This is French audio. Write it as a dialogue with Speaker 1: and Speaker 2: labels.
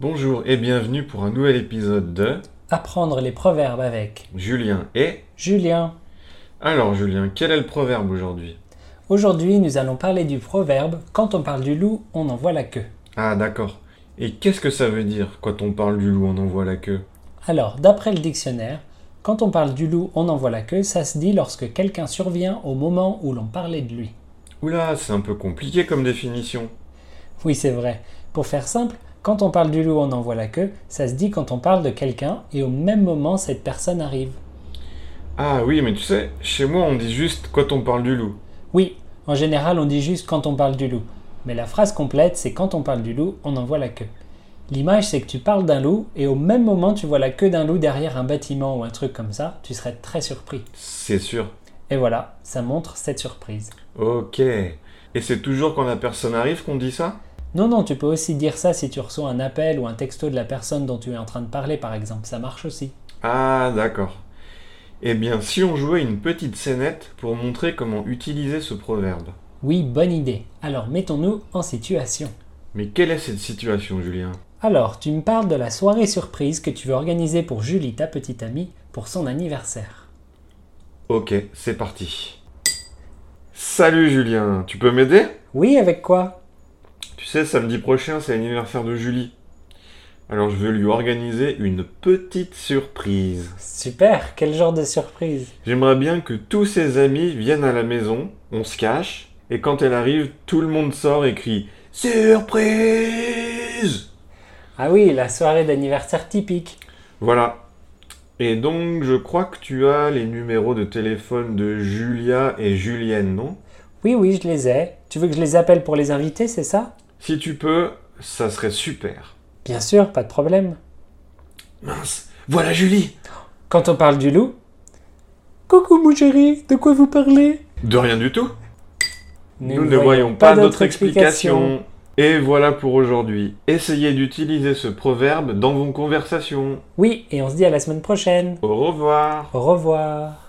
Speaker 1: Bonjour et bienvenue pour un nouvel épisode de
Speaker 2: Apprendre les proverbes avec
Speaker 1: Julien et...
Speaker 2: Julien.
Speaker 1: Alors Julien, quel est le proverbe aujourd'hui
Speaker 2: Aujourd'hui, nous allons parler du proverbe Quand on parle du loup, on en voit la queue.
Speaker 1: Ah d'accord. Et qu'est-ce que ça veut dire quand on parle du loup, on en voit la queue
Speaker 2: Alors, d'après le dictionnaire, quand on parle du loup, on en voit la queue, ça se dit lorsque quelqu'un survient au moment où l'on parlait de lui.
Speaker 1: Oula, c'est un peu compliqué comme définition.
Speaker 2: Oui, c'est vrai. Pour faire simple, quand on parle du loup, on en voit la queue, ça se dit quand on parle de quelqu'un et au même moment, cette personne arrive.
Speaker 1: Ah oui, mais tu sais, chez moi on dit juste quand on parle du loup.
Speaker 2: Oui, en général, on dit juste quand on parle du loup. Mais la phrase complète, c'est quand on parle du loup, on en voit la queue. L'image, c'est que tu parles d'un loup et au même moment, tu vois la queue d'un loup derrière un bâtiment ou un truc comme ça, tu serais très surpris.
Speaker 1: C'est sûr.
Speaker 2: Et voilà, ça montre cette surprise.
Speaker 1: Ok. Et c'est toujours quand la personne arrive qu'on dit ça
Speaker 2: Non, non, tu peux aussi dire ça si tu reçois un appel ou un texto de la personne dont tu es en train de parler, par exemple. Ça marche aussi.
Speaker 1: Ah d'accord. Eh bien, si on jouait une petite scénette pour montrer comment utiliser ce proverbe.
Speaker 2: Oui, bonne idée. Alors, mettons-nous en situation.
Speaker 1: Mais quelle est cette situation, Julien
Speaker 2: Alors, tu me parles de la soirée surprise que tu veux organiser pour Julie, ta petite amie, pour son anniversaire.
Speaker 1: Ok, c'est parti. Salut Julien, tu peux m'aider
Speaker 2: Oui, avec quoi
Speaker 1: Tu sais, samedi prochain, c'est l'anniversaire de Julie. Alors je veux lui organiser une petite surprise.
Speaker 2: Super, quel genre de surprise
Speaker 1: J'aimerais bien que tous ses amis viennent à la maison, on se cache, et quand elle arrive, tout le monde sort et crie Surprise
Speaker 2: Ah oui, la soirée d'anniversaire typique.
Speaker 1: Voilà. Et donc, je crois que tu as les numéros de téléphone de Julia et Julienne, non
Speaker 2: Oui, oui, je les ai. Tu veux que je les appelle pour les inviter, c'est ça
Speaker 1: Si tu peux, ça serait super.
Speaker 2: Bien sûr, pas de problème.
Speaker 1: Mince, voilà Julie
Speaker 2: Quand on parle du loup... Coucou mon chéri, de quoi vous parlez
Speaker 1: De rien du tout Nous ne voyons pas d'autre explication. Et voilà pour aujourd'hui. Essayez d'utiliser ce proverbe dans vos conversations.
Speaker 2: Oui, et on se dit à la semaine prochaine.
Speaker 1: Au revoir
Speaker 2: Au revoir.